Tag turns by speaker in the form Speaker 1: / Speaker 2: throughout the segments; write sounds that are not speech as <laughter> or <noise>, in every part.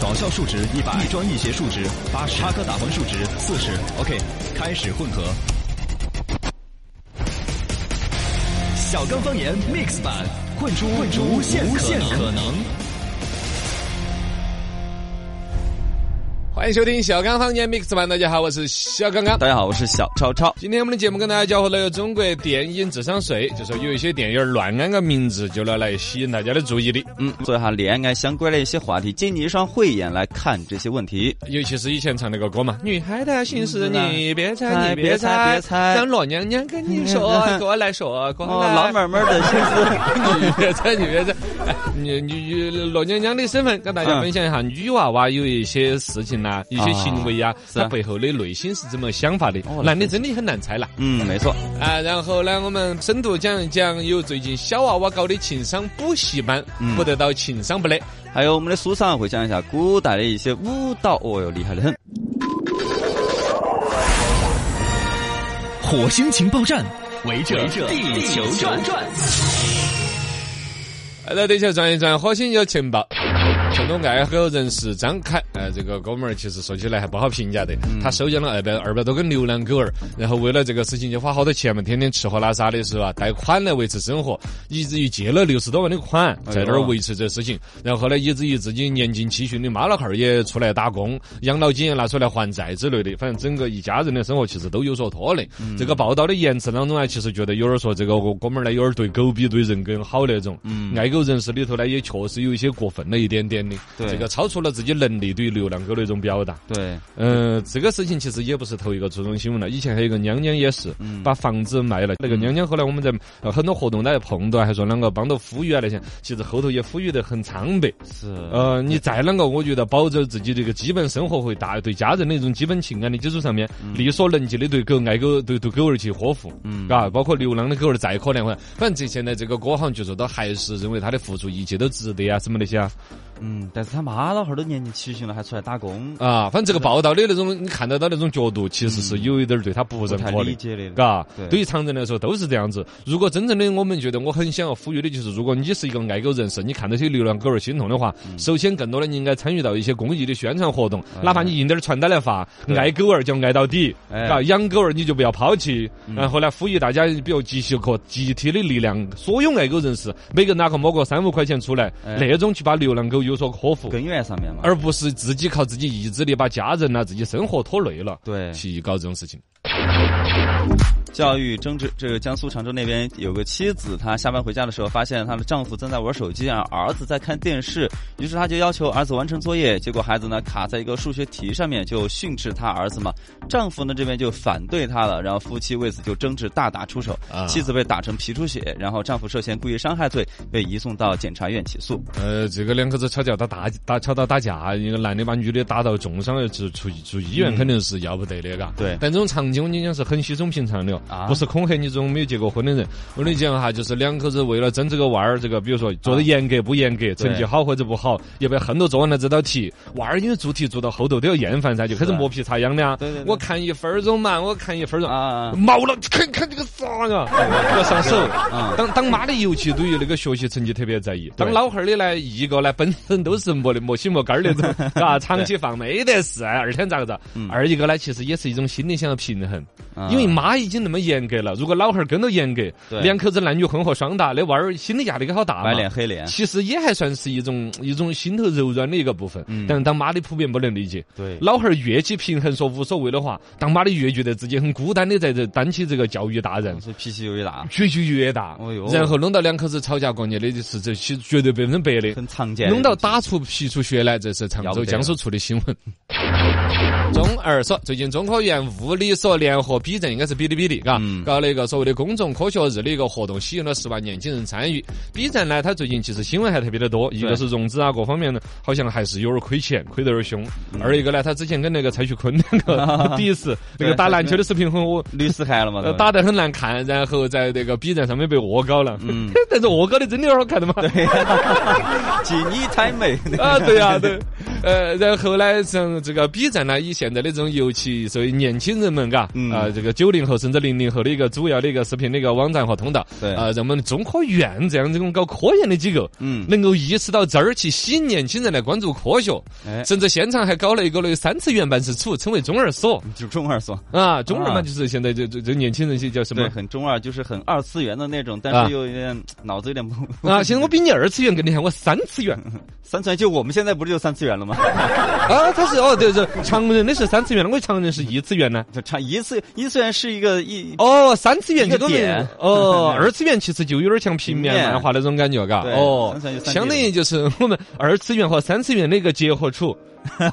Speaker 1: 搞笑数值一百，一专一邪数值八十，插科打诨数值四十。OK，开始混合。小刚方言 mix 版，混出混出无限可能。
Speaker 2: 欢迎收听小刚方言 Mix 版，大家好，我是小刚刚。
Speaker 3: 大家好，我是小超超。
Speaker 2: 今天我们的节目跟大家交互了有中国电影智商税，就是有一些电影乱安个名字就拿来吸引大家的注意力。
Speaker 3: 嗯，做一下恋爱相关的一些话题，借你一双慧眼来看这些问题。
Speaker 2: 尤其是以前唱那个歌嘛，女孩的心事
Speaker 3: 嗯
Speaker 2: 你别猜，
Speaker 3: 哎
Speaker 2: 你
Speaker 3: 别
Speaker 2: 猜，
Speaker 3: 猜别猜
Speaker 2: 让老娘娘跟你
Speaker 3: <laughs>
Speaker 2: 说，过来说，过
Speaker 3: 哦，
Speaker 2: 来。
Speaker 3: 老妹妹的心
Speaker 2: <laughs>
Speaker 3: 思，<laughs>
Speaker 2: 你别猜，你别猜， <laughs> 哎你你你老娘娘的身份跟大家
Speaker 3: 嗯
Speaker 2: 分享一下，女娃娃有一些事情呐、一些行为呀、
Speaker 3: 是啊
Speaker 2: 她背后的内心是怎么想法的
Speaker 3: 哦，
Speaker 2: 男的真的很难猜啦。
Speaker 3: 嗯，没错，
Speaker 2: 啊，然后呢，我们深度讲一讲有最近小娃娃搞的情商补习班，
Speaker 3: 嗯
Speaker 2: 不得到情商不得。
Speaker 3: 还有我们的苏珊回想一下古代的一些舞蹈，哦哟，厉害的很。
Speaker 1: 火星情报站，围着地球转。
Speaker 2: 来，地球转啊一转，火星有情报。成都爱好人士张凯，呃，这个哥们儿其实说起来还不好评价的。他收养了二百二百多根流浪狗儿，然后为了这个事情就花好多钱嘛，天天吃喝拉撒的是吧？贷款来维持生活，以至于借了六十多万的款，在那儿维持这事情。然后呢，以至于自己年近七旬的妈老汉儿也出来打工，养老金也拿出来还债之类的。反正整个一家人的生活其实都有所拖累。这个报道的言辞当中啊，其实觉得有点儿说这个哥们儿呢，有点儿对狗比对人更好那种。爱狗人士里头呢，也确实有一些过分了一点点的，
Speaker 3: 对
Speaker 2: 这个超出了自己能力对于流浪狗的一种表达。
Speaker 3: <laughs> 对，
Speaker 2: 嗯、这个事情其实也不是头一个出这种新闻了，以前还有一个娘娘也是、把房子卖了，那个娘娘后来我们在、呃很多活动大家碰到，还说啷个帮着呼吁啊那些，其实后头也呼吁得很苍白。
Speaker 3: 是，
Speaker 2: 呃，你再啷个，我觉得保证自己这个基本生活会大对家人的一种基本情感的基础上面，力所能及的对狗爱狗对对狗儿去呵护，
Speaker 3: 嗯
Speaker 2: 嘎，包括流浪的狗儿再可怜，反正这现在这个歌好像就说到还是认为他的付出一切都值得啊，什么那些啊，
Speaker 3: 嗯，但是他妈老汉儿都年纪七旬了，还出来打工，
Speaker 2: 啊，反正这个报道的那种你看得到那种角度，其实是有一点儿对他不
Speaker 3: 不
Speaker 2: 认
Speaker 3: 嗯太
Speaker 2: 可
Speaker 3: 理
Speaker 2: 的。
Speaker 3: 解的。
Speaker 2: 嘎，
Speaker 3: 对
Speaker 2: 对于常人来说都是这样子。如果真正的我们觉得，我很想要呼吁的就是，如果你是一个爱狗人士，你看到些流浪狗儿心痛的话，
Speaker 3: 嗯
Speaker 2: 首先更多的你应该参与到一些公益的宣传活动，哪怕你印点儿传单来发，
Speaker 3: 哎对
Speaker 2: 爱狗儿就爱到底，
Speaker 3: 哎嗯
Speaker 2: 嘎，养狗儿你就不要抛弃。然后呢，呼吁大家，比如集集合集体的力量，所有爱狗人士，每个人拿个摸个三五块钱出来，
Speaker 3: 哎
Speaker 2: 那种去把流浪狗有所呵护。
Speaker 3: 根源上面嘛，
Speaker 2: 而不是自己靠自己意志力把家人呐、自己生活拖累了，
Speaker 3: 对
Speaker 2: 去搞这种事情。
Speaker 3: 教育争执，这个江苏常州那边有个妻子，她下班回家的时候，发现她的丈夫正在玩手机，啊，儿子在看电视，于是她就要求儿子完成作业，结果孩子呢卡在一个数学题上面，就训斥她儿子嘛。丈夫呢这边就反对她了，然后夫妻为此就争执，大打出手，
Speaker 2: 啊
Speaker 3: 妻子被打成皮出血，然后丈夫涉嫌故意伤害罪，被移送到检察院起诉。
Speaker 2: 呃，这个两口子吵架到打打吵到打架，一个男的把女的打到重伤要住出住医院，肯定是要不得的，嘎。
Speaker 3: 对
Speaker 2: 但这种场景我跟你讲是很稀松平常的，哦，
Speaker 3: 啊
Speaker 2: 不是恐吓你这种没有结过婚的人。我跟你讲哈，就是两口子为了争这个娃儿，这个比如说
Speaker 3: 啊
Speaker 2: 做的严格不严格，成绩好或者不好，要不要恨着做完了这道题？娃儿因为做题做到后头都要厌烦噻，就开始磨皮擦痒的啊
Speaker 3: 对对。对
Speaker 2: 我看一分钟嘛，我看一分钟
Speaker 3: 啊
Speaker 2: 毛了，看看这个啥啊，要上手。
Speaker 3: 嗯
Speaker 2: 当当妈的，尤其对于那个学习成绩特别在意。当
Speaker 3: 对
Speaker 2: 老汉儿的呢，一个呢本身都是磨的磨心磨肝儿那 <laughs> 种，嘎，长期放没得事。二天咋个着？二一个呢，其实也是一种心理想要平衡，
Speaker 3: 啊
Speaker 2: 因为妈已经那么严格了，如果老汉儿跟着严格，
Speaker 3: 对
Speaker 2: 两口子男女混合双打，那娃儿心理压力该好大嘛
Speaker 3: 白脸黑脸，
Speaker 2: 其实也还算是一种一种心头柔软的一个部分，
Speaker 3: 嗯
Speaker 2: 但是当妈的普遍不能理解。
Speaker 3: 对
Speaker 2: 老汉儿越去平衡说无所谓的话，当妈的越觉得自己很孤单的在这担起这个教育大任。
Speaker 3: 所以脾气有点大，
Speaker 2: 脾气越大
Speaker 3: 哦哟，
Speaker 2: 然后弄到两口子吵架过年的，就是这是绝对百分之百的。
Speaker 3: 很常见的
Speaker 2: 弄到
Speaker 3: 问题
Speaker 2: 打出皮出血来，这是常
Speaker 3: 要
Speaker 2: 州
Speaker 3: 不得
Speaker 2: 江苏处的新闻。 <laughs> 中二说，最近中科院物理所联合 B 站，应该是哔哩哔哩，嘎、
Speaker 3: 嗯
Speaker 2: 搞了一个所谓的公众科学日的一个活动，吸引了十万年轻人参与。B 站呢，它最近其实新闻还特别的多，一个是融资啊，各方面呢，好像还是有点亏钱，亏得有点凶。
Speaker 3: 嗯
Speaker 2: 二一个呢，他之前跟那个蔡徐坤那
Speaker 3: <laughs>
Speaker 2: 个 diss 那个
Speaker 3: 对
Speaker 2: 打篮球的视频很我。
Speaker 3: 律师函了嘛，
Speaker 2: 呃，
Speaker 3: 对吧
Speaker 2: 打得很难看，然后在那个 B 站上面被恶搞了。 <laughs>
Speaker 3: 嗯
Speaker 2: 但是恶搞的真的有点好看的嘛？ <laughs>
Speaker 3: 锦衣太美。
Speaker 2: 啊，对呀、对。呃，然后呢，像这个 B 站呢，以现在的这种尤其所以年轻人们，嘎，
Speaker 3: 嗯
Speaker 2: 啊，这个九零后甚至零零后的一个主要的一个视频的一个网站和通道，
Speaker 3: 对
Speaker 2: 啊，让我们中科院这样这种搞科研的机构，
Speaker 3: 嗯
Speaker 2: 能够意识到这儿去吸引年轻人来关注科学，
Speaker 3: 哎
Speaker 2: 甚至现场还搞了一个类三次元办事处，称为中二所
Speaker 3: 就中二说，
Speaker 2: 啊，中二
Speaker 3: 啊
Speaker 2: 嘛，就是现在这这这年轻人些叫什
Speaker 3: 对，
Speaker 2: 么？
Speaker 3: 很中二，就是很二次元的那种，但
Speaker 2: 啊
Speaker 3: 是又有点脑子有点懵。
Speaker 2: <laughs> 啊，现在我比你二次元更厉害，我三次元
Speaker 3: <laughs> 三次元就我们现在不是就三次元了吗？ <laughs>
Speaker 2: 啊，他是哦，对对，常人的是三次元，我常人是一次元呢。
Speaker 3: 就差一次一次元是一个一
Speaker 2: 哦，三次元
Speaker 3: 一
Speaker 2: 这个
Speaker 3: 个点
Speaker 2: 人哦，
Speaker 3: <laughs>
Speaker 2: 二次元其实就有点像平面
Speaker 3: 平面
Speaker 2: 漫画那种感觉，嘎。
Speaker 3: 对
Speaker 2: 哦
Speaker 3: 三次元，就三 D
Speaker 2: 相当于就是我们二次元和三次元的一个结合
Speaker 3: <laughs>
Speaker 2: 处，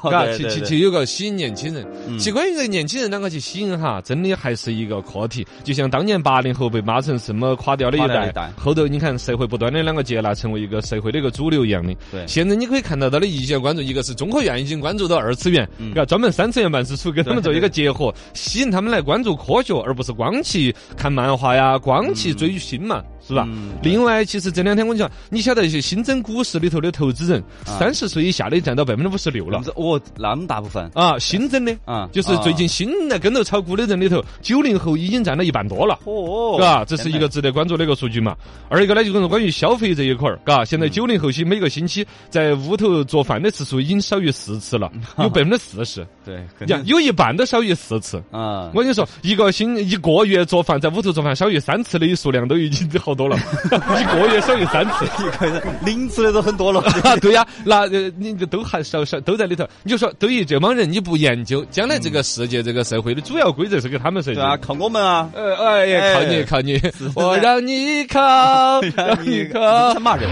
Speaker 2: 嘎，
Speaker 3: <laughs> 对
Speaker 2: 去
Speaker 3: 对
Speaker 2: 啊去
Speaker 3: 对
Speaker 2: 去有个吸引年轻人。
Speaker 3: 嗯
Speaker 2: 其实关于这个年轻人啷个去吸引哈，真的还是一个课题。就像当年八零后被骂成什么垮掉的
Speaker 3: 垮
Speaker 2: 一
Speaker 3: 掉的一
Speaker 2: 代
Speaker 3: 代，
Speaker 2: 后头你看社会不断的啷个接纳成为一个社会的一个主流一样的。
Speaker 3: 对
Speaker 2: 现在你可以看到他的意见关注，一个是中科院已经关注到二次元，
Speaker 3: 嗯
Speaker 2: 啊，专门三次元办事处跟他们做一个结合，吸引他们来关注科学，而不是光去看漫画呀，光去追星嘛，是吧
Speaker 3: 嗯？
Speaker 2: 另外，其实这两天我跟你讲，你晓得一些新增股市里头的投资人，
Speaker 3: 啊
Speaker 2: 三十岁以下的占到百分之五十六
Speaker 3: 我
Speaker 2: 了
Speaker 3: 们。这我那么大部分
Speaker 2: 啊，新增的
Speaker 3: 啊
Speaker 2: 就是最近新来跟着炒股的人里头，九零后已经占了一半多了。
Speaker 3: 哦，
Speaker 2: 嘎，这是一
Speaker 3: 天
Speaker 2: 个
Speaker 3: 哪
Speaker 2: 值得关注的一个数据嘛。二一个呢，就是关于消费这一块儿，嘎，现在九零后期每个星期在屋头做饭的次数已经少于四次了，有嗯百分之四十，嗯
Speaker 3: 对，肯
Speaker 2: 呀
Speaker 3: 定，
Speaker 2: 有一半都少于四次。
Speaker 3: 啊，
Speaker 2: 我跟你说，一个星一个月做饭，在屋头做饭少于三次的数量都已经好多了， <laughs> 一个月少于三次。
Speaker 3: <laughs>
Speaker 2: <laughs>
Speaker 3: 一个零次的都很多了，
Speaker 2: 啊，对呀、那呃，你这都还少少都在里头。你就说，对于这帮人，你不研究，将来这个世界、这个社会的主要规则是给他们设计
Speaker 3: 对
Speaker 2: 的。
Speaker 3: 啊，考我们啊，
Speaker 2: 呃，哎呀，
Speaker 3: 哎
Speaker 2: 靠你，靠你，我让你靠， <laughs> 让你靠
Speaker 3: 在。骂人。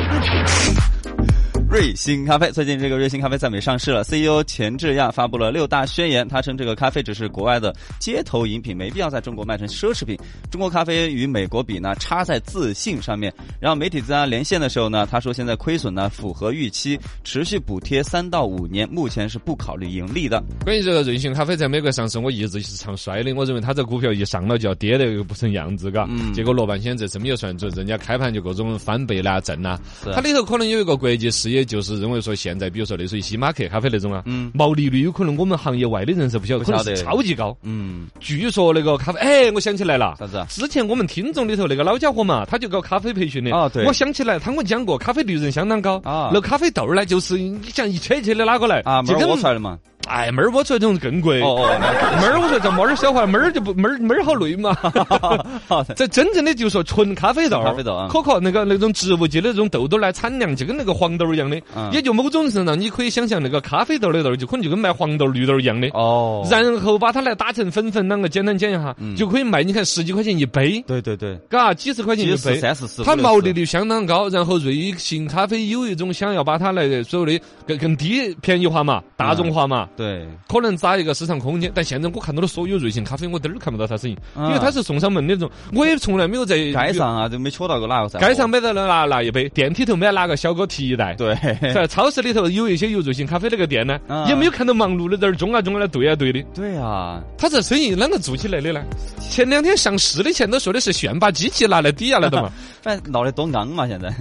Speaker 3: 瑞幸咖啡最近这个瑞幸咖啡在美上市了，CEO 钱志亚发布了六大宣言。他称这个咖啡只是国外的街头饮品，没必要在中国卖成奢侈品。中国咖啡与美国比呢，差在自信上面。然后媒体在他连线的时候呢，他说现在亏损呢符合预期，持续补贴三到五年，目前是不考虑盈利的。
Speaker 2: 关于这个瑞幸咖啡在美国上市，我一直是唱衰的。我认为它这股票一上了就要跌得不成样子，嘎。
Speaker 3: 嗯
Speaker 2: 结果罗半仙这次没有算准，人家开盘就各种翻倍啦、挣啦。
Speaker 3: 是啊
Speaker 2: 它里头可能有一个国际视野，就是认为说现在，比如说类似于星巴克咖啡那种啊，
Speaker 3: 嗯
Speaker 2: 毛利率有可能我们行业外的人是不晓得，
Speaker 3: 不
Speaker 2: 可
Speaker 3: 晓
Speaker 2: 能
Speaker 3: 得
Speaker 2: 是超级高。
Speaker 3: 嗯，
Speaker 2: 据说那个咖啡，哎，我想起来了。
Speaker 3: 啥子啊？
Speaker 2: 之前我们听众里头那个老家伙嘛，他就搞咖啡培训的。
Speaker 3: 啊对
Speaker 2: 我想起来，他跟我讲过，咖啡利润相当高。
Speaker 3: 啊
Speaker 2: 那咖啡豆儿呢，就是你像一车一车的拉过来
Speaker 3: 啊，门
Speaker 2: 就
Speaker 3: 儿
Speaker 2: 跟
Speaker 3: 窝出来了吗？
Speaker 2: 哎，猫儿摸出来这种更贵。
Speaker 3: 哦哦
Speaker 2: 猫儿我说叫猫儿消化，猫儿就不猫儿猫儿好累嘛。
Speaker 3: 哦， <laughs> 好的，
Speaker 2: 这真正的就是说纯咖啡豆，
Speaker 3: 纯咖啡豆啊
Speaker 2: 可可那个那种植物界的那种豆豆儿来产量就跟那个黄豆儿一样的，
Speaker 3: 嗯
Speaker 2: 也就某种意义上你可以想象那个咖啡豆儿的豆儿就可能就跟卖黄豆儿、绿豆儿一样的。
Speaker 3: 哦，
Speaker 2: 然后把它来打成粉粉，啷个简单煎一下，
Speaker 3: 嗯
Speaker 2: 就可以卖。你看十几块钱一杯，
Speaker 3: 对对对，
Speaker 2: 嘎，几十块钱一
Speaker 3: 其实
Speaker 2: 杯，
Speaker 3: 三四四，
Speaker 2: 它毛利
Speaker 3: 率。
Speaker 2: 率相当高，然后瑞幸咖啡有一种想要把它来所谓的更更低便宜化嘛、大众化嘛，
Speaker 3: 对，
Speaker 2: 可能砸一个市场空间。但现在我看到的所有瑞幸咖啡，我都儿看不到它身影，因为它是送上门的那种。我也从来没有在
Speaker 3: 街嗯上啊就没瞧到过哪个噻。
Speaker 2: 街上买到了拿拿一杯，电梯头买拿个小哥提一袋。 <laughs>
Speaker 3: 对，
Speaker 2: 在超市里头有一些有瑞幸咖啡那个店呢，
Speaker 3: 啊
Speaker 2: 也没有看到忙碌的在那儿中啊中啊的对啊对的。
Speaker 3: 对啊，
Speaker 2: 他这生意啷个做起来的呢？前两天上市的前头说的是炫把机器拿来抵押来的嘛，
Speaker 3: 反正闹得多昂嘛，现在。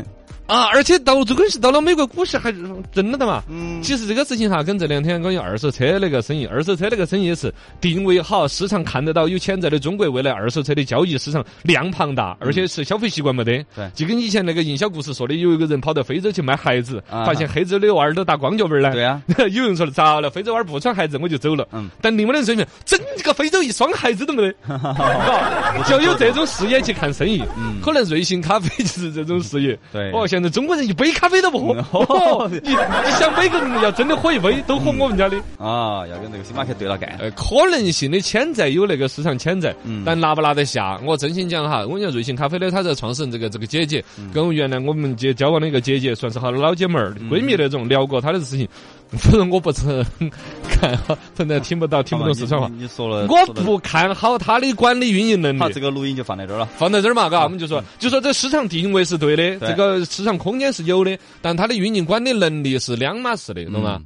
Speaker 2: 啊，而且到最关键是到了美国股市还真了的嘛。
Speaker 3: 嗯，
Speaker 2: 其实这个事情哈，跟这两天关于二手车那个生意，二手车那个生意也是定位好，市场看得到有潜在的中国未来二手车的交易市场量庞大，而且是消费习惯没得。
Speaker 3: 嗯对
Speaker 2: 就跟以前那个营销故事说的，有一个人跑到非洲去卖鞋子，
Speaker 3: 啊
Speaker 2: 发现黑州的娃儿都打光脚板儿呢。
Speaker 3: 对啊，
Speaker 2: <laughs> 有人说了咋了？非洲娃儿不穿鞋子我就走了。
Speaker 3: 嗯
Speaker 2: 但另外的人说明，整个非洲一双鞋子都
Speaker 3: <laughs>
Speaker 2: 没得， <laughs> 嘎就有这种视野去看生意。
Speaker 3: 嗯
Speaker 2: 可能瑞幸咖啡就是这种视野。
Speaker 3: 对
Speaker 2: 哦，现在中国人一杯咖啡都 <laughs> 不喝
Speaker 3: 嗯。
Speaker 2: 哦，你你想每个人要真的喝一杯，都喝我们家的。
Speaker 3: 啊，要跟那个星巴克对了干。
Speaker 2: 嗯呃，可能性的潜在有那个市场潜在，
Speaker 3: 嗯
Speaker 2: 但拿不拿得下？我真心讲哈，我跟你讲，瑞幸咖啡的它这个创始人这个这个姐姐，跟原来我们姐交往的一个姐姐，算是好老姐们儿、闺蜜那种，聊过她的事情。 <laughs> 反正我不是很看好，反正听不到，听不懂四川话
Speaker 3: 好。吧你你你说了，
Speaker 2: 我
Speaker 3: 说了
Speaker 2: 不看好她的管理运营能
Speaker 3: 好，
Speaker 2: 力
Speaker 3: 这。个录音就放在这儿了。
Speaker 2: 放在这儿嘛，嘎，我们就说，就说这市场定位是对的，
Speaker 3: 对
Speaker 2: 这个市场空间是有的，但它的运营管理能力是两码事的，嗯懂
Speaker 3: <laughs>
Speaker 2: 吗？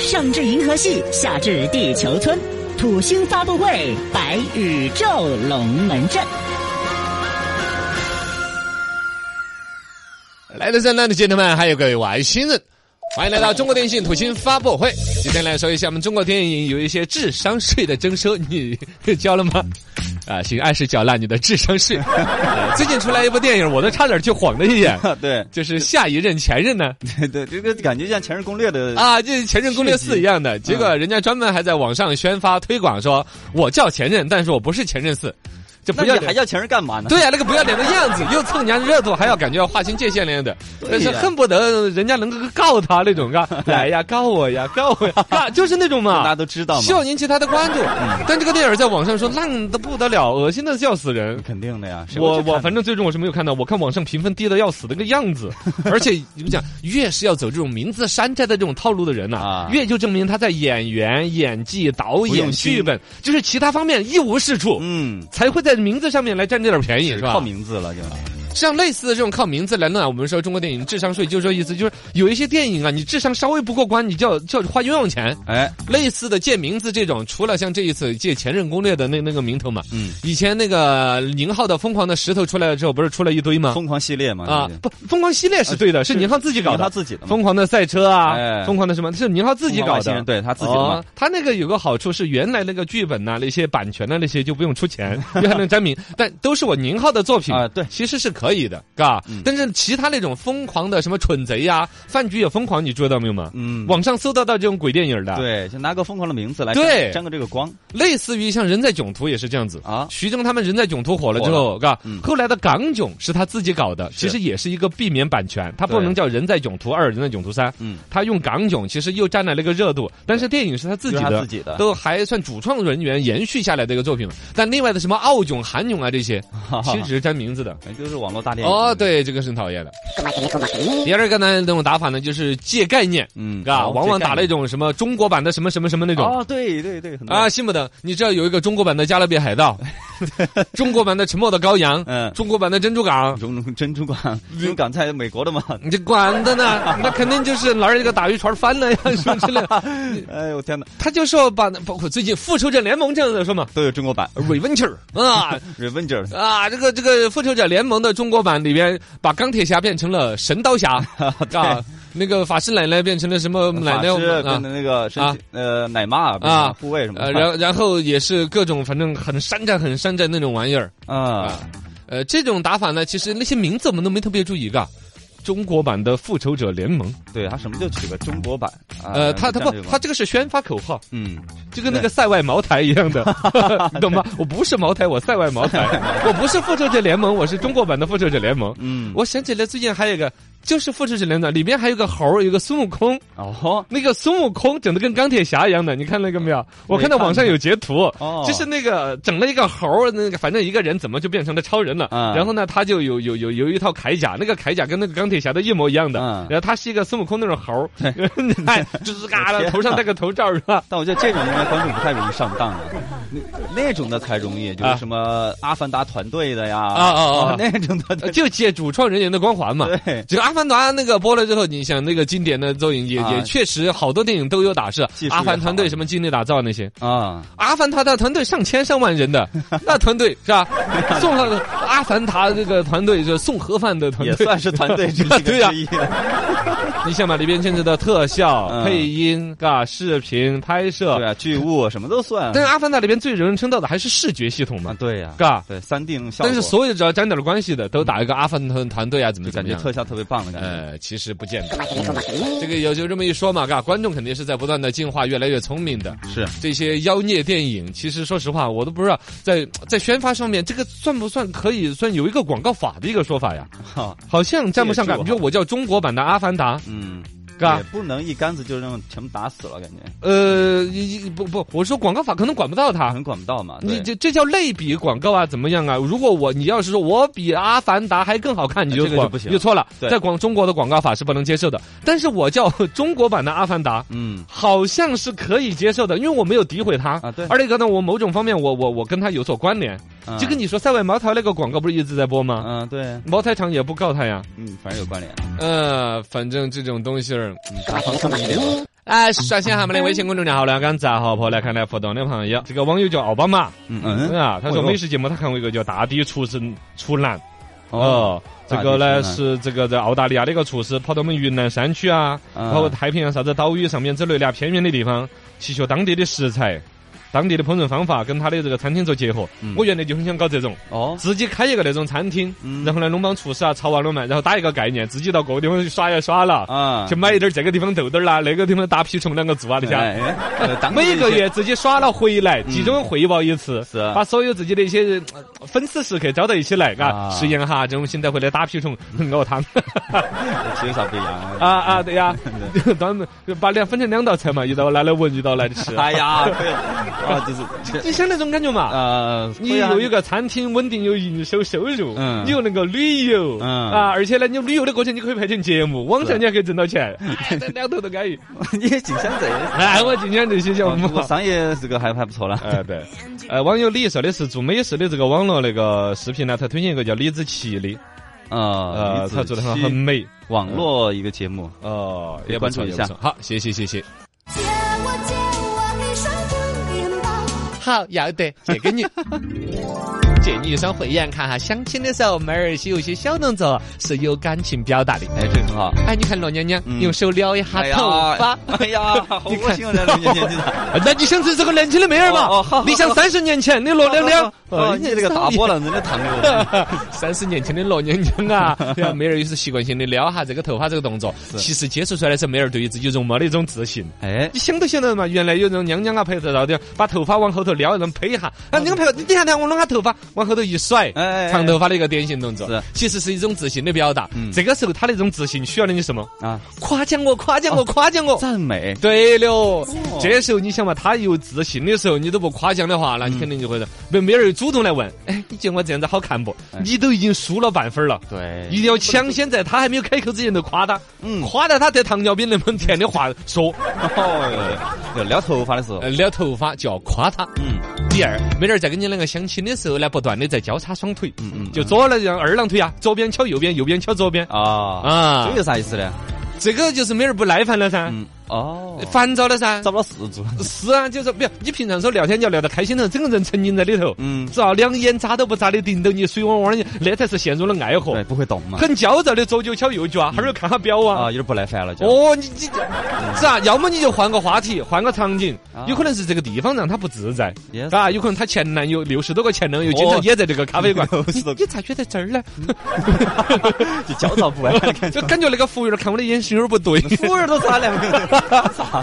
Speaker 4: 上至银河系，下至地球村，土星发布会，白宇宙龙门阵。
Speaker 2: 来的人，来的姐妹们，还有各位外星人。欢迎来到中国电信土星发布会。今天来说一下我们中国电影有一些智商税的征收，你 <laughs> 交了吗？啊，请按时缴纳你的智商税。呃最近出来一部电影，我都差点去晃了一眼， <laughs>
Speaker 3: 啊对
Speaker 2: 就是下一任前任呢
Speaker 3: 对对，这个感觉像《前任攻略》的
Speaker 2: 啊，就是《前任攻略四》一样
Speaker 3: 嗯
Speaker 2: 的。结果人家专门还在网上宣发推广说，我叫前任，但是我不是前任四，这不
Speaker 3: 那你
Speaker 2: 要
Speaker 3: 还
Speaker 2: 脸。
Speaker 3: 要前任干 <laughs> 嘛呢？
Speaker 2: 对呀、那个不要脸的样子，又蹭人家热度，还要感觉要划清界限那样的，但是恨不得人家能够告他那种，啊，来呀，告我呀，
Speaker 3: <laughs>
Speaker 2: 告我呀，啊，就是那种
Speaker 3: 大家
Speaker 2: 嘛。
Speaker 3: 都知道
Speaker 2: 希望
Speaker 3: 嘛，嗯
Speaker 2: 引起他的关注，但这个电影在网上说烂的不得了，恶心的笑死人。
Speaker 3: 肯定的呀。谁会
Speaker 2: 我
Speaker 3: 去看
Speaker 2: 我反正最终我是没有看到，我看网上评分低的要死那个样子，而且你们讲，越是要走这种名字山寨的这种套路的人呐、
Speaker 3: 啊
Speaker 2: 越就证明他在演员、演技、导
Speaker 3: 不用
Speaker 2: 演、
Speaker 3: 心
Speaker 2: 剧本，就是其他方面一无是处。
Speaker 3: 嗯，
Speaker 2: 才会在名字上面来占这点便宜，是吧？
Speaker 3: 靠名字了就。
Speaker 2: 像类似的这种靠名字来弄啊，我们说中国电影智商税，就是说意思就是有一些电影啊，你智商稍微不过关，你就要就要花冤枉钱。
Speaker 3: 哎，
Speaker 2: 类似的借名字这种，除了像这一次借《前任攻略》的那那个名头嘛，
Speaker 3: 嗯，
Speaker 2: 以前那个宁浩的《疯狂的石头》出来了之后，不是出了一堆吗？
Speaker 3: 疯狂系列嘛
Speaker 2: 啊，不，疯狂系列是对的，是宁浩自己搞
Speaker 3: 他
Speaker 2: 的。
Speaker 3: 自己的嘛，
Speaker 2: 疯狂的赛车啊
Speaker 3: 嗯哎，
Speaker 2: 疯狂的什么？是宁浩自己搞
Speaker 3: 疯狂外星
Speaker 2: 的
Speaker 3: 人。对他自己的嘛
Speaker 2: 哦。他那个有个好处是，原来那个剧本呐、那些版权呐、那些就不用出
Speaker 3: <laughs>
Speaker 2: 钱，因为还能沾名。但都是我宁浩的作品
Speaker 3: 啊对嗯
Speaker 2: 其实是可以的，嘎。但是其他那种疯狂的什么蠢贼呀、饭局也疯狂，你注意到没有嘛？
Speaker 3: 嗯，
Speaker 2: 网上搜得到这种鬼电影的，，
Speaker 3: 对，就拿个疯狂的名字来
Speaker 2: 对
Speaker 3: 沾个这个光
Speaker 2: 类似于像《人在囧途》也是这样子
Speaker 3: 啊
Speaker 2: 徐峥他们《人在囧途》火了之后，嘎，
Speaker 3: 嗯
Speaker 2: 后来的《港囧》是他自己搞的，其实也是一个避免版权，他不
Speaker 3: 对
Speaker 2: 能叫《人在囧途二》《人在囧途三》，
Speaker 3: 嗯
Speaker 2: 他用《港囧》其实又占了那个热度，但是电影是他自己
Speaker 3: 就
Speaker 2: 的，
Speaker 3: 是他自己的
Speaker 2: 都还算主创人员延续下来的一个作品。但另外的什么澳囧、韩囧啊这些，其
Speaker 3: <laughs>
Speaker 2: 实只是沾名字的。
Speaker 3: 反正哎就是网络大电影
Speaker 2: 哦，，对，这个是很讨厌的。第二个呢，这种打法呢，就是借概念，
Speaker 3: 嗯
Speaker 2: 啊，
Speaker 3: 哦
Speaker 2: 往往
Speaker 3: 这概
Speaker 2: 打那
Speaker 3: 念
Speaker 2: 种什么中国版的什么什么什么那种，
Speaker 3: 哦，对对对，很多
Speaker 2: 啊，，信不得！你知道有一个中国版的《加勒比海
Speaker 3: <laughs>
Speaker 2: 盗》，中国版的《沉默的羔羊》，
Speaker 3: 嗯
Speaker 2: 中国版的《珍珠港》，
Speaker 3: 中中珍珠港，珍珠港在美国的
Speaker 2: <laughs>
Speaker 3: 嘛，
Speaker 2: 你这管
Speaker 3: <laughs>
Speaker 2: 的呢？那肯定就是哪儿一个打鱼船翻了呀，什么之类的。
Speaker 3: 哎呦天哪，
Speaker 2: 他就说把那包括最近《复仇者联盟》这样的说
Speaker 3: <laughs>
Speaker 2: 嘛
Speaker 3: 都有中国版呃
Speaker 2: ，Reventure 啊
Speaker 3: Revengers，
Speaker 2: 啊，这个这个《复仇者联盟》的中国版里边，把钢铁侠变成了神刀
Speaker 3: <laughs>
Speaker 2: 侠啊，那个法师奶奶变成了什么奶
Speaker 3: 呃法
Speaker 2: 奶
Speaker 3: 师
Speaker 2: 啊
Speaker 3: 跟？那个身
Speaker 2: 啊
Speaker 3: 体呃奶妈
Speaker 2: 啊
Speaker 3: 护卫什么
Speaker 2: 呃，
Speaker 3: 的
Speaker 2: 然后然后也是各种反正很山寨很山寨那种玩意儿。
Speaker 3: 啊
Speaker 2: 啊，呃，这种打法呢，其实那些名字我们都没特别注意，嘎。中国版的复仇者联盟，
Speaker 3: 对他什么就取个中国版，啊
Speaker 2: 呃，他他不，他
Speaker 3: 这样
Speaker 2: 这个是宣发口号，
Speaker 3: 嗯，
Speaker 2: 就跟那个塞外茅台一
Speaker 3: <laughs>
Speaker 2: 样的，你懂吗？我不是茅台，我塞外茅台，我不是复仇者联盟，我是中国版的复仇者联盟。
Speaker 3: 嗯
Speaker 2: 我想起来最近还有一个，就是复仇者联盟里面还有个猴儿，有个孙悟空，
Speaker 3: 哦，
Speaker 2: 那个孙悟空整的跟钢铁侠一样的，你看那个没有？我
Speaker 3: 没
Speaker 2: 看到网上
Speaker 3: 看
Speaker 2: 有截图，
Speaker 3: 嗯哦
Speaker 2: 就是那个整了一个猴儿，那个反正一个人怎么就变成了超人了？
Speaker 3: 嗯
Speaker 2: 然后呢，他就有有有有一套铠甲，那个铠甲跟那个钢铁侠的一模一样的。
Speaker 3: 嗯
Speaker 2: 然后他是一个孙悟空那种猴儿， <laughs> 哎，吱嘎
Speaker 3: 我天
Speaker 2: 的，
Speaker 3: 哪
Speaker 2: 头上戴个头罩是吧？
Speaker 3: 但我觉得这种应该观众不太容易上当了，那那种的才容易，就是什么阿凡达团队的呀，哦
Speaker 2: 啊啊啊
Speaker 3: 那种的 <laughs>
Speaker 2: 呃就借主创人员的光环嘛。
Speaker 3: 对
Speaker 2: 这个《阿凡达》那个播了之后，你想那个经典的作品也
Speaker 3: 啊
Speaker 2: 也确实好多电影都有打是
Speaker 3: 技术也
Speaker 2: 阿凡
Speaker 3: 好
Speaker 2: 团队什么精力打造那些。
Speaker 3: 啊，
Speaker 2: 阿凡达的团队上千上万人的，那团队是吧？送了阿凡达这个团队，就送盒饭的团
Speaker 3: <laughs> 也
Speaker 2: 队，
Speaker 3: 算是团队之一个
Speaker 2: <laughs> 对呀
Speaker 3: 之一了。
Speaker 2: 你想嘛，里边牵扯到特效、
Speaker 3: 嗯
Speaker 2: 配音、嘎视频拍摄
Speaker 3: <laughs> 对，啊，剧务什么都算。
Speaker 2: 但是阿凡达里边最人人称道的还是视觉系统
Speaker 3: 啊，
Speaker 2: 嘛，
Speaker 3: 对呀，
Speaker 2: 嘎。
Speaker 3: 对三 D 那种效果，
Speaker 2: 但是所有只要沾点关系的，都打一个阿凡达团队啊，怎么
Speaker 3: 就
Speaker 2: 怎
Speaker 3: 感
Speaker 2: 么
Speaker 3: 觉
Speaker 2: 样？
Speaker 3: 特效特别棒的感觉。
Speaker 2: 呃，其实不见得。这个有就这么一说嘛，嘎，观众肯定是在不断的进化，越来越聪明的。
Speaker 3: 是
Speaker 2: 这些妖孽电影，其实说实话，我都不知道在在宣发上面，这个算不算可以算有一个广告法的一个说法呀？
Speaker 3: <laughs> 哈，
Speaker 2: 好像沾不上
Speaker 3: 借
Speaker 2: 嘎。
Speaker 3: 助
Speaker 2: 比
Speaker 3: 哈
Speaker 2: 如我叫中国版的《阿凡达》，
Speaker 3: 嗯，
Speaker 2: 嘎
Speaker 3: 也，不能一竿子就那么全部打死了，感觉
Speaker 2: 呃，一一不不，我说广告法可能管不到
Speaker 3: 啊，
Speaker 2: 他。
Speaker 3: 很管不到嘛。
Speaker 2: 你
Speaker 3: 对
Speaker 2: 这这叫类比广告啊，怎么样啊？如果我你要是说我比《阿凡达》还更好看，你就
Speaker 3: 哎这个
Speaker 2: 广
Speaker 3: 就不行
Speaker 2: 你就错了。
Speaker 3: 对
Speaker 2: 在广中国的广告法是不能接受的，但是我叫中国版的《阿凡达》，
Speaker 3: 嗯，
Speaker 2: 好像是可以接受的，因为我没有诋毁他
Speaker 3: 啊对
Speaker 2: 而那个呢，我某种方面，我我我跟他有所关联，
Speaker 3: 嗯
Speaker 2: 就跟你说塞外茅台那个广告不是一直在播吗？
Speaker 3: 嗯对，
Speaker 2: 茅台厂也不告他呀。
Speaker 3: 嗯，反正有关联。
Speaker 2: 呃，反正这种东西儿，
Speaker 3: 嗯，大家放松一点吧。
Speaker 2: 哎，刷新下我们的微信公众号“聊干杂好婆”来看来互动的朋友。这个网友叫奥巴马，
Speaker 3: 嗯
Speaker 2: 嗯
Speaker 3: 嗯，
Speaker 2: 啊，他说
Speaker 3: 哎呦
Speaker 2: 美食节目他看过一个叫《大地厨神》出栏，哦，这个呢
Speaker 3: 大地
Speaker 2: 是这个在澳大利亚的一个厨师，跑到我们云南山区啊，
Speaker 3: 嗯
Speaker 2: 包括太平洋啥子岛屿上面之类的啊偏远的地方，去学当地的食材。当地的烹饪方法跟他的这个餐厅做结合，
Speaker 3: 嗯
Speaker 2: 我原来就很想搞这种，
Speaker 3: 哦，
Speaker 2: 自己开一个那种餐厅，
Speaker 3: 嗯
Speaker 2: 然后呢弄帮厨师啊、炒完了嘛，然后打一个概念，自己到各个地方去耍一耍了，
Speaker 3: 啊，
Speaker 2: 去买一点儿这个地方豆豆儿啦，那个地方打屁虫啷个做啊，你想？
Speaker 3: 哎呃当地
Speaker 2: <laughs> 每个
Speaker 3: 一些
Speaker 2: 月自己耍了回来，集中汇报一次，
Speaker 3: 是啊
Speaker 2: 把所有自己的一些呃粉丝食客招到一起来，
Speaker 3: 啊
Speaker 2: 嘎，实验哈这种现代回来打屁虫 <laughs> 熬汤，
Speaker 3: 其实啥不一样
Speaker 2: 啊啊，对
Speaker 3: <laughs>
Speaker 2: 呀， <laughs> 专门就把两分成两道菜嘛，一道拿来闻，一道来吃。
Speaker 3: 哎呀，对啊，
Speaker 2: <laughs>
Speaker 3: 就是这
Speaker 2: 你想那种感觉嘛？
Speaker 3: 呃，
Speaker 2: 你
Speaker 3: 会啊
Speaker 2: 又有个餐厅稳定有营收收入，
Speaker 3: 嗯
Speaker 2: 你又能够旅游，
Speaker 3: 嗯
Speaker 2: 啊，而且呢，你旅游的过程你可以拍成节目，网上你还可以挣到
Speaker 3: <laughs>
Speaker 2: 钱，哎这两头都安逸。
Speaker 3: 你也净想这些。
Speaker 2: 哎， <laughs> 我今天这些项目
Speaker 3: 不。过商业这个还还不错了。
Speaker 2: 哎，对，呃，网友李说的是做美食的这个网络那个视频呢，他推荐一个叫李子柒的，
Speaker 3: 啊，
Speaker 2: 呃，
Speaker 3: 李子
Speaker 2: 他做的很
Speaker 3: 柒
Speaker 2: 很美，
Speaker 3: 网络一个节目，
Speaker 2: 哦，
Speaker 3: 也
Speaker 2: 也
Speaker 3: 关
Speaker 2: 关
Speaker 3: 注
Speaker 2: 注
Speaker 3: 一
Speaker 2: 一
Speaker 3: 下
Speaker 2: 下。好，谢谢谢谢。
Speaker 5: 借我借我一双正脸吧，
Speaker 6: 好，要得，借
Speaker 3: <laughs>
Speaker 6: 给你。借你一双慧眼看哈，相亲的时候，妹儿些有些小动作是有感情表达的。
Speaker 2: 嗯
Speaker 3: 哎，这个很好。
Speaker 6: 哎，你看罗娘娘、
Speaker 3: 嗯
Speaker 6: 用手撩一下
Speaker 3: 哎呀
Speaker 6: 头发，
Speaker 3: 哎
Speaker 2: <laughs>
Speaker 3: 呀，好恶心啊！这年年纪大，
Speaker 2: 哎那你想这是个年轻的妹儿嘛？
Speaker 3: 哦哦好好
Speaker 2: 你想三十年前的罗娘娘，
Speaker 3: 哦，
Speaker 2: 哦
Speaker 3: 你这个大波浪真的烫我。
Speaker 2: <laughs> 三十年前的罗娘娘
Speaker 3: <laughs>
Speaker 2: 啊，然后妹儿也是习惯性的撩哈这个头发这个动作，其实接触出来是妹儿对于自己容貌的一种自信。 <laughs>
Speaker 3: 哎，
Speaker 2: 你想都想得到嘛，原来有那种娘娘啊陪着到底，把头发往后头撩，那种披一下，啊，你看陪，你看看我弄下头发往后头一甩
Speaker 3: 哎哎哎，
Speaker 2: 长头发的一个典型动作
Speaker 3: 是，
Speaker 2: 其实是一种自信的表达
Speaker 3: 嗯。
Speaker 2: 这个时候他那种自信需要的你什么？
Speaker 3: 啊，
Speaker 2: 夸奖我，夸奖我，夸奖我。哦
Speaker 3: 赞美
Speaker 2: 对了，这时候你想嘛，他有自信的时候，你都不夸奖的话，那你肯定就会让没没人主动来问，哎，你觉得我这样子好看不
Speaker 3: 哎？
Speaker 2: 你都已经输了半分儿了。
Speaker 3: 对
Speaker 2: 一定要抢先在他还没有开口之前就夸他，
Speaker 3: 嗯
Speaker 2: 夸到他得糖尿病那么甜的话说，
Speaker 3: 哦，对撩头发的时候
Speaker 2: 呃，，撩头发就要夸他。
Speaker 3: 嗯，
Speaker 2: 第二，妹儿在跟你两个相亲的时候呢，不断的在交叉双腿，
Speaker 3: 嗯嗯
Speaker 2: 就左了让二郎腿啊，左边敲右边，右边敲左边，
Speaker 3: 啊
Speaker 2: 啊
Speaker 3: 这有啥意思呢？
Speaker 2: 这个就是妹儿不耐烦了噻，
Speaker 3: 嗯，哦，
Speaker 2: 烦躁了噻
Speaker 3: 找。不到事做。
Speaker 2: 是啊，就是不要你平常说聊天就要聊得开心头，整个人沉浸在里头， <laughs>
Speaker 3: 嗯
Speaker 2: 只要两眼眨都不眨的盯到你，水汪汪的，那才是陷入了爱河
Speaker 3: 对，。不会动嘛？
Speaker 2: 很焦躁的左脚敲右脚啊，哈儿又看下表啊
Speaker 3: 啊，有，点不耐烦了就。
Speaker 2: 哦，你你是啊，要么你就换个话题，换个场景
Speaker 3: 啊，
Speaker 2: 有可能是这个地方让他不自在
Speaker 3: Yes
Speaker 2: 啊，有可能他前男友六十多个前男友经
Speaker 3: 哦。
Speaker 2: 常也在这个咖啡馆
Speaker 3: <laughs> 你
Speaker 6: 你咋约在这儿呢？
Speaker 3: 就焦躁不安的感
Speaker 2: <laughs>
Speaker 3: 觉
Speaker 2: 就。感觉那个服务员看我的眼神有点不对，
Speaker 3: 服务员都差两个，啥？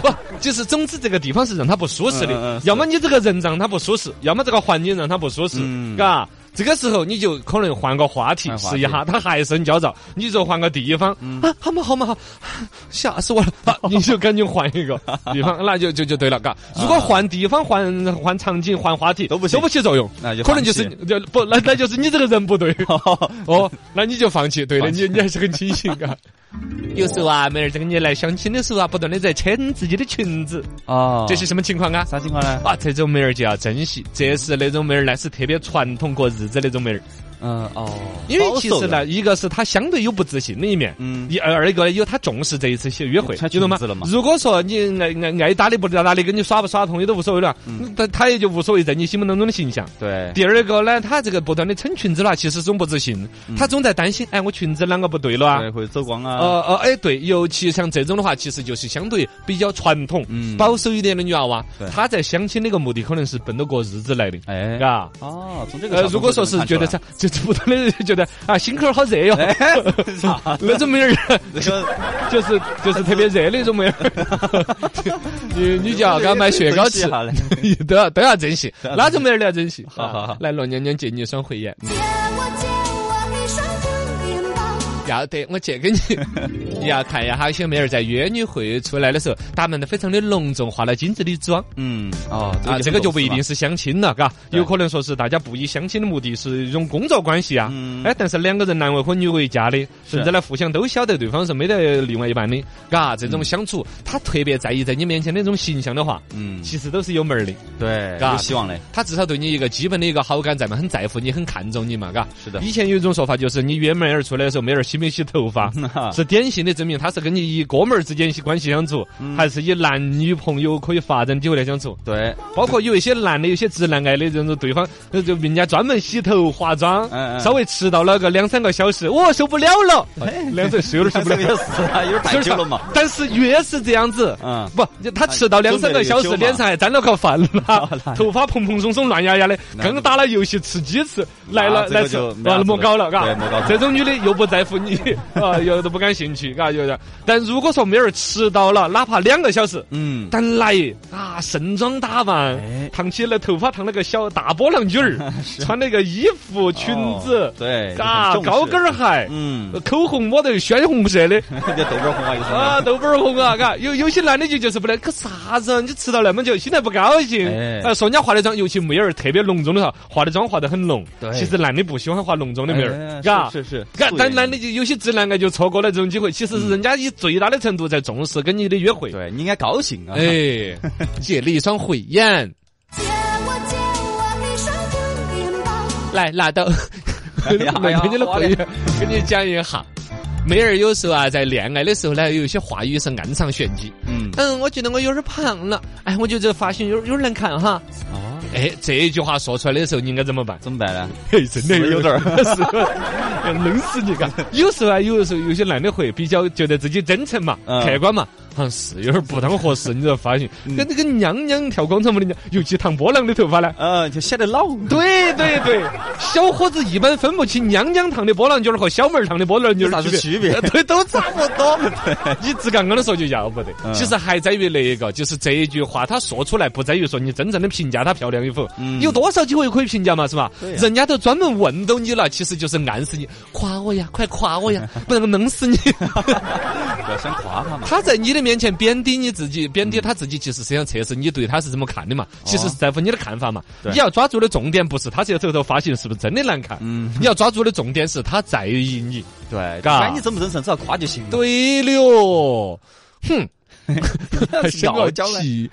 Speaker 2: <laughs>
Speaker 3: <laughs>
Speaker 2: 不，就是总之这个地方是让他不舒适
Speaker 3: 嗯嗯嗯
Speaker 2: 的，
Speaker 3: 是
Speaker 2: 要么你这个人让他不舒适，要么这个环境让他不舒适
Speaker 3: 嗯，
Speaker 2: 嘎。这个时候你就可能换个话题
Speaker 3: 换话题
Speaker 2: 试
Speaker 3: 嗯
Speaker 2: 一下，他还是很焦躁，你就换个地方啊，好嘛好嘛好，吓死我
Speaker 3: <laughs>
Speaker 2: 了，啊你就赶紧换一个地方，那就就就对了，嘎。如果换地方、换换场景、换话题
Speaker 3: 都不行
Speaker 2: 都不起作用
Speaker 3: 那就，
Speaker 2: 可能就是
Speaker 3: 放
Speaker 2: 就不那那就是你这个人不对 <laughs>
Speaker 3: <laughs>
Speaker 2: 哦，那你就放弃，对的，
Speaker 3: 放弃
Speaker 2: 你你还是很清醒
Speaker 3: <laughs>
Speaker 2: 啊。有时候啊，妹儿在跟你来相亲的时候啊，不断的在牵自己的裙子，
Speaker 3: 哦，
Speaker 2: 这是什么情况啊？
Speaker 3: 啥情况呢？
Speaker 2: 啊，这种妹儿就要珍惜，这是那种妹儿呢，是特别传统过日子那种妹儿。
Speaker 3: 嗯哦，
Speaker 2: 因为其实
Speaker 3: 保守的
Speaker 2: 呢，一个是她相对有不自信的一面，
Speaker 3: 嗯
Speaker 2: 嗯，一二一个呢有她重视这一次去约会
Speaker 3: 穿，
Speaker 2: 你懂吗
Speaker 3: 裙子了嘛？
Speaker 2: 如果说你爱爱爱打的不打的，跟你耍不耍朋友都无所谓了，
Speaker 3: 嗯
Speaker 2: 她她也就无所谓在你心目当中的形象。
Speaker 3: 对，
Speaker 2: 第二个呢，她这个不断的撑裙子啦，其实是种不自信，她总在担心，哎，我裙子啷个不对了啊？
Speaker 3: 嗯对会走光啊，
Speaker 2: 呃呃，哎，对，尤其像这种的话，其实就是相对比较传统、
Speaker 3: 嗯
Speaker 2: 保守一点的女娃娃
Speaker 3: 对，
Speaker 2: 她在相亲那个目的可能是奔着过日子来的，
Speaker 3: 哎，
Speaker 2: 嘎。
Speaker 3: 哦，从这个
Speaker 2: 呃，如果说是觉得
Speaker 3: 这，
Speaker 2: 啥， <laughs> 就是不断的觉得啊，心口好热哟，
Speaker 3: 哎，啥？
Speaker 2: 那种妹儿，
Speaker 3: <laughs> 这个
Speaker 2: <laughs> 就是就是特别热的那种
Speaker 3: <laughs>
Speaker 2: 妹儿，你你就要给她买雪糕吃， <laughs> 都要都要珍
Speaker 3: <laughs>
Speaker 2: 惜，哪种妹儿都要珍惜。
Speaker 3: 好好好
Speaker 2: 来罗娘娘借你一双慧眼，
Speaker 5: 借我借我一双正脸吧，
Speaker 2: 要得，我借给你。你 <laughs> 要看一下，有些妹儿在约女会出来的时候，打扮得非常的隆重，化了精致的妆。
Speaker 3: 嗯，哦，
Speaker 2: 啊，这个就不一定
Speaker 3: 是，
Speaker 2: 是相亲了，嘎，
Speaker 3: 对
Speaker 2: 有可能说是大家不以相亲的目的是一种工作关系啊
Speaker 3: 嗯，
Speaker 2: 哎，但是两个人男为婚女为嫁的，
Speaker 3: 是
Speaker 2: 甚至呢互相都晓得对方是没得另外一半的，嘎，这种相处，他特别在意在你面前那种形象的话，
Speaker 3: 嗯，
Speaker 2: 其实都是有门儿的，
Speaker 3: 对，
Speaker 2: 嘎
Speaker 3: 有希望嘞， <laughs>
Speaker 2: 他至少对你一个基本的一个好感在嘛，很在乎你，很看重你嘛，嘎。
Speaker 3: 是的
Speaker 2: 以前有一种说法就是，你约妹儿出来的时候，妹儿洗没洗头发，
Speaker 3: 啊
Speaker 2: 是典型的证明他是跟你以哥们儿之间关系相处，
Speaker 3: 嗯
Speaker 2: 还是以男女朋友可以发展起来相处。 <laughs>
Speaker 3: 对，
Speaker 2: 包括有一些男的，有些直男癌的这种，对方呃就人家专门洗头化妆
Speaker 3: 嗯嗯，
Speaker 2: 稍微迟到了个两三个小时，我受不了了，哎两三是有点受不
Speaker 3: 这
Speaker 2: 了
Speaker 3: 个。也死了，有点太久了嘛。
Speaker 2: <laughs> 但是越是这样子，
Speaker 3: 嗯
Speaker 2: 不，他迟到两三个小
Speaker 3: 哎
Speaker 2: 时，
Speaker 3: 真的有
Speaker 2: 脸上还沾了个饭
Speaker 3: 好
Speaker 2: 啦
Speaker 3: 啦，
Speaker 2: 头发蓬蓬松松、乱压压的，
Speaker 3: 那
Speaker 2: 刚打了游戏吃鸡翅，来
Speaker 3: 那
Speaker 2: 了
Speaker 3: 这个
Speaker 2: 来吃
Speaker 3: 就，没啥
Speaker 2: 完了莫
Speaker 3: 子
Speaker 2: 搞了，嘎
Speaker 3: 对莫搞，
Speaker 2: 这种女的又不在乎你， <laughs> 啊，又都不感兴趣，嘎，有点。但如果说妹儿迟到了，哪怕两个小时，
Speaker 3: 嗯，
Speaker 2: 但来啊，盛装打扮
Speaker 3: 哎，
Speaker 2: 烫起了头发，烫了个小大波浪卷
Speaker 3: <laughs>
Speaker 2: 儿，穿了个衣服、裙子
Speaker 3: 哦，对，
Speaker 2: 嘎，
Speaker 3: 很重视
Speaker 2: 高跟
Speaker 3: <laughs>
Speaker 2: 儿，鞋，
Speaker 3: 嗯，
Speaker 2: 口红抹得鲜红色的，
Speaker 3: 你豆瓣红啊，有什
Speaker 2: 啊，
Speaker 3: 么？
Speaker 2: 豆瓣儿红啊，嘎，有有些男的就就是不来，可啥子啊？你迟到那么久，心态不高兴。
Speaker 3: 哎
Speaker 2: 啊，说人家化的妆，尤其妹儿特别浓妆的时候，化的妆化得很浓。
Speaker 3: 对
Speaker 2: 其实男的不喜欢化浓妆的妹儿，
Speaker 3: 哎
Speaker 2: 嘎。
Speaker 3: 是是，
Speaker 2: 嘎，但男的
Speaker 3: 的
Speaker 2: 就有些直男啊癌就错过了这种机会。其实是人家以最大的程度在重视跟你的约会。
Speaker 3: 对你应该高兴啊。
Speaker 2: 哎，
Speaker 6: <laughs>
Speaker 2: 借了一双慧眼，
Speaker 5: 借我借我给上个面包。
Speaker 6: 来拿
Speaker 2: <laughs>
Speaker 6: 到。
Speaker 3: 哎
Speaker 6: <laughs>
Speaker 3: 呀哎呀
Speaker 2: 给你的
Speaker 3: 我
Speaker 2: 慧
Speaker 3: 的
Speaker 2: 眼，
Speaker 6: 跟你讲一下，妹儿有时候啊，在恋爱的时候呢，有一些话语是暗藏玄机。
Speaker 3: 嗯，
Speaker 6: 嗯，我觉得我有点胖了，哎，我觉得这发型有有点难看哈。
Speaker 3: 哦，
Speaker 6: 哎，这一句话说出来的时候，你应该怎么办？
Speaker 3: 怎么办呢？
Speaker 2: 嘿，真的
Speaker 3: 哎有点儿
Speaker 2: 是 <laughs> 要弄死你嘎。有时候啊，有时候有些男的会比较觉得自己真诚嘛、
Speaker 3: 嗯
Speaker 2: 客观嘛，好像是有点不当合适，你这发型跟那个娘娘跳广场舞的娘，尤其烫波浪的头发呢。
Speaker 3: 呃，就显得老。
Speaker 2: <laughs> 对对对，小伙子一般分不清娘娘烫的波浪卷儿和小妹儿烫的波浪卷
Speaker 3: 有
Speaker 2: 儿
Speaker 3: 啥
Speaker 2: 区
Speaker 3: 子
Speaker 2: 别
Speaker 3: 区别？
Speaker 2: <laughs> 对，都差不
Speaker 3: <laughs>
Speaker 2: 多。
Speaker 3: 对
Speaker 2: 你只刚刚的说就要不得，
Speaker 3: 嗯
Speaker 2: 其实还在于那一个，就是这一句话，他说出来不在于说你真正的评价她漂亮与否，
Speaker 3: 嗯
Speaker 2: 有多少机会可以评价嘛，是吧？
Speaker 3: 对呀啊
Speaker 2: 人家都专门问到你了，其实就是暗示你夸我呀，快夸我
Speaker 3: <laughs>
Speaker 2: 呀，不然我弄死你。
Speaker 3: 不要想夸他嘛。
Speaker 2: 他在你的面前贬低你自己，贬低他自己，其实是想测试你对他是怎么看的嘛，其实是在乎你的看法嘛。
Speaker 3: 哦对
Speaker 2: 你要抓住的重点不是他这头头发型是不是真的难看，
Speaker 3: 嗯
Speaker 2: <laughs> 你要抓住的重点是他在意你。
Speaker 3: 对，
Speaker 2: 嘎
Speaker 3: 管你真不真诚，只要夸就行了。
Speaker 2: 对了，哼。
Speaker 3: 对 <laughs>
Speaker 2: 啊还生个气。